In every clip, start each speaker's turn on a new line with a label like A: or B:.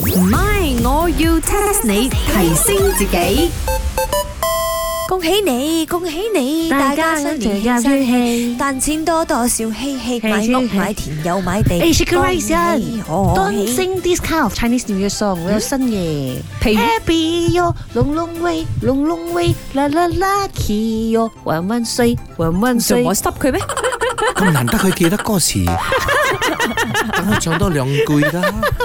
A: 唔係，我要 test 你提升自己。
B: 恭喜你，恭喜你，大家新年慶生，
C: 氣。
B: 賺錢多多少稀稀，買屋買田又買地。
C: 誒，Sugar Rising，
B: 恭
C: 當
B: 喜
C: sing this kind of Chinese New Year song，我有新嘢。
B: Ừ.
A: 譬如
C: Happy 哟，龍龍威，龍龍威，啦啦啦 key 哟，彎彎衰，彎彎
A: 做
C: 衰
A: 我。濕佢咩？
D: 咁難得佢記得歌詞，等我啊唱多兩句啦。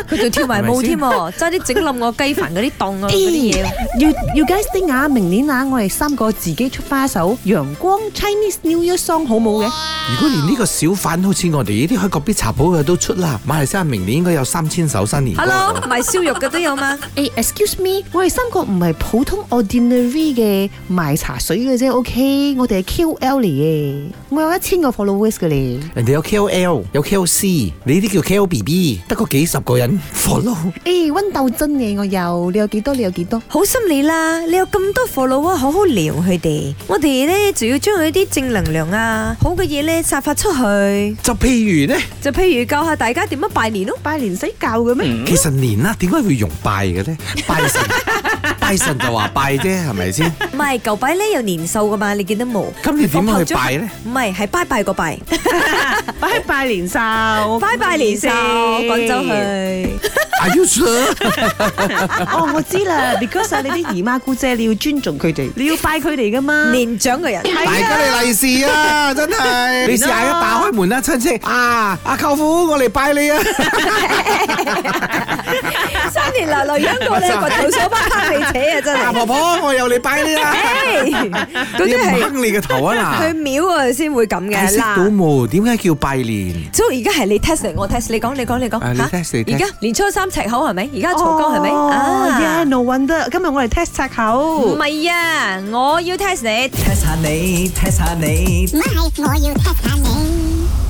B: 佢仲跳埋舞添喎，爭啲整冧我雞飯嗰啲檔啊嗰啲嘢。
C: 要要 guys à, 啲啊！明年啊，我哋三個自己出花手，陽光 Chinese New Year song 好冇嘅？
D: 如果連呢個小販好似我哋呢啲去個必茶鋪嘅都出啦，馬來西亞明年應該有三千首新年歌。
B: Hello，賣燒肉嘅都有嘛？
C: 誒、e x c u s e me，我哋三個唔係普通 ordinary 嘅賣茶水嘅啫，OK？我哋係 QL 嚟嘅，我有一千個 followers 嘅咧。
D: 人哋有 KOL，有 KOC，你呢啲叫 KOBB，得個幾十個人 follow。
C: 誒、溫斗真嘅我有，你有幾多？你有幾多？
B: 好心你啦，你有咁多 follow 啊，好好聊佢哋。我哋咧就要將佢啲正能量啊，好嘅嘢咧散發出去。
D: 就譬如呢，
B: 就譬如教下大家點樣拜 年咯。
C: 拜年使教嘅咩？
D: 其實年啦，點解會用拜嘅呢？拜神，拜神就話拜啫，係咪先？
B: 唔係舊擺咧有年獸噶嘛，你見得冇？
D: 咁你點樣去拜呢？
B: 唔係，係拜拜個拜，
C: 拜拜年獸，
B: 拜拜年獸，廣州
C: 去。
B: 去。
D: Are you sure？
C: 哦，我知 啦，because 啊你啲姨媽姑姐，你要尊重佢哋，你要拜佢哋噶嘛。
B: 年長 嘅人，
D: 大家嚟利是啊！真係，你試下一打開門啦，親戚啊，阿舅父，我嚟拜你啊！
B: 新年流流養過你 個頭想翻卡你扯啊！真
D: 阿
B: 係，
D: 婆婆，我又嚟拜 你啊啦！
B: 嗰
D: 你
B: 啲
D: 唔
B: 係
D: 坑你個頭啊
B: 去
D: 嗱！
B: 廟嗰度先會咁
D: 解
B: 嘅
D: 釋到
B: 嗱。
D: 冇？點解叫拜年？
B: 所以而家係你 test 嚟，我 test 你講，你講，你講
D: 啊你
B: 嚇
D: test，你 test
B: 而家年初三赤口係咪？而家曹江係咪？啊，
C: 哦，yeah，no wonder。今日我哋 test 刷
B: 唔
C: 口。
B: 係啊，我要 test 你
E: test 下你，test 下你
F: 唔係，我要 test 下你。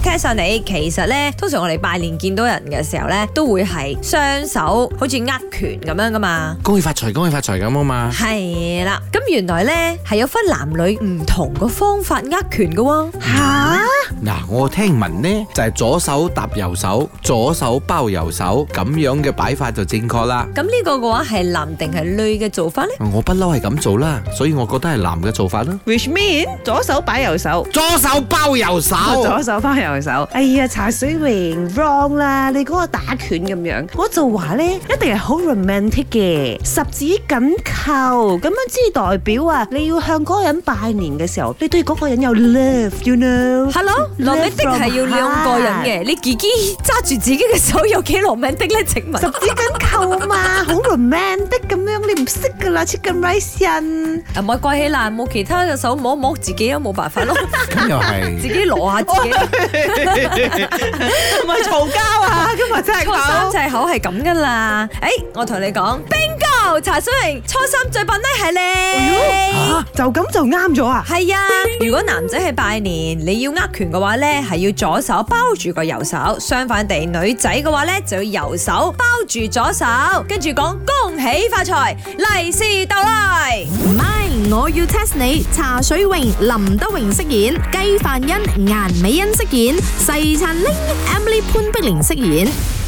B: ，test 下你。其實咧，通常我哋拜年見到人嘅時候咧，都會係雙手好似握拳咁樣噶嘛。
D: 恭喜發財，恭喜發財咁啊嘛！
B: 係啦，咁原來咧係有分男女唔同嘅方法握拳嘅喎。
C: 嗯吓？
D: 嗱，我聽聞呢就係左手搭右手，左手包右手，咁樣嘅擺法就正確啦。
B: 咁呢個嘅話係男定係女嘅做法呢？
D: 我不嬲係咁做啦，所以我覺得係男嘅做法啦。
C: Which mean 左手擺右手。
D: 左手包右手，
C: 左手翻右手，哎呀，茶水榮 wrong 啦！你嗰個打拳咁樣，我就話咧，一定係好 romantic 嘅，十指緊扣咁樣，之代表啊，你要向嗰個人拜年嘅時候，你對嗰個人有 love，you know。
B: Hello，羅曼的係要兩個人嘅，你自己揸住自己嘅手有幾羅曼的呢？請
C: 十
B: 問
C: 指緊扣嘛，好 romantic 咁樣，你唔識噶啦，Chicken Rice 人。
B: 唔係怪起啦，冇其他嘅手摸一摸自己都冇辦法咯，
D: 咁又係
B: 自。己攞下自己。
C: 同埋嘈交啊，今日真係
B: 初三隻口係咁噶啦，誒、我同你講，bingo，茶水榮，初三最笨呢係你。
C: 啊就咁就啱咗啊！
B: 係啊，如果男仔係拜年，你要握拳嘅話呢，係要左手包住個右手；相反地，女仔嘅話呢，就要右手包住左手，跟住講恭喜發財，利是到來。
A: 唔係，我要 test 你。茶水榮、林德榮飾演，雞范欣、顏美欣飾演，細陳玲、Emily 潘碧玲飾演。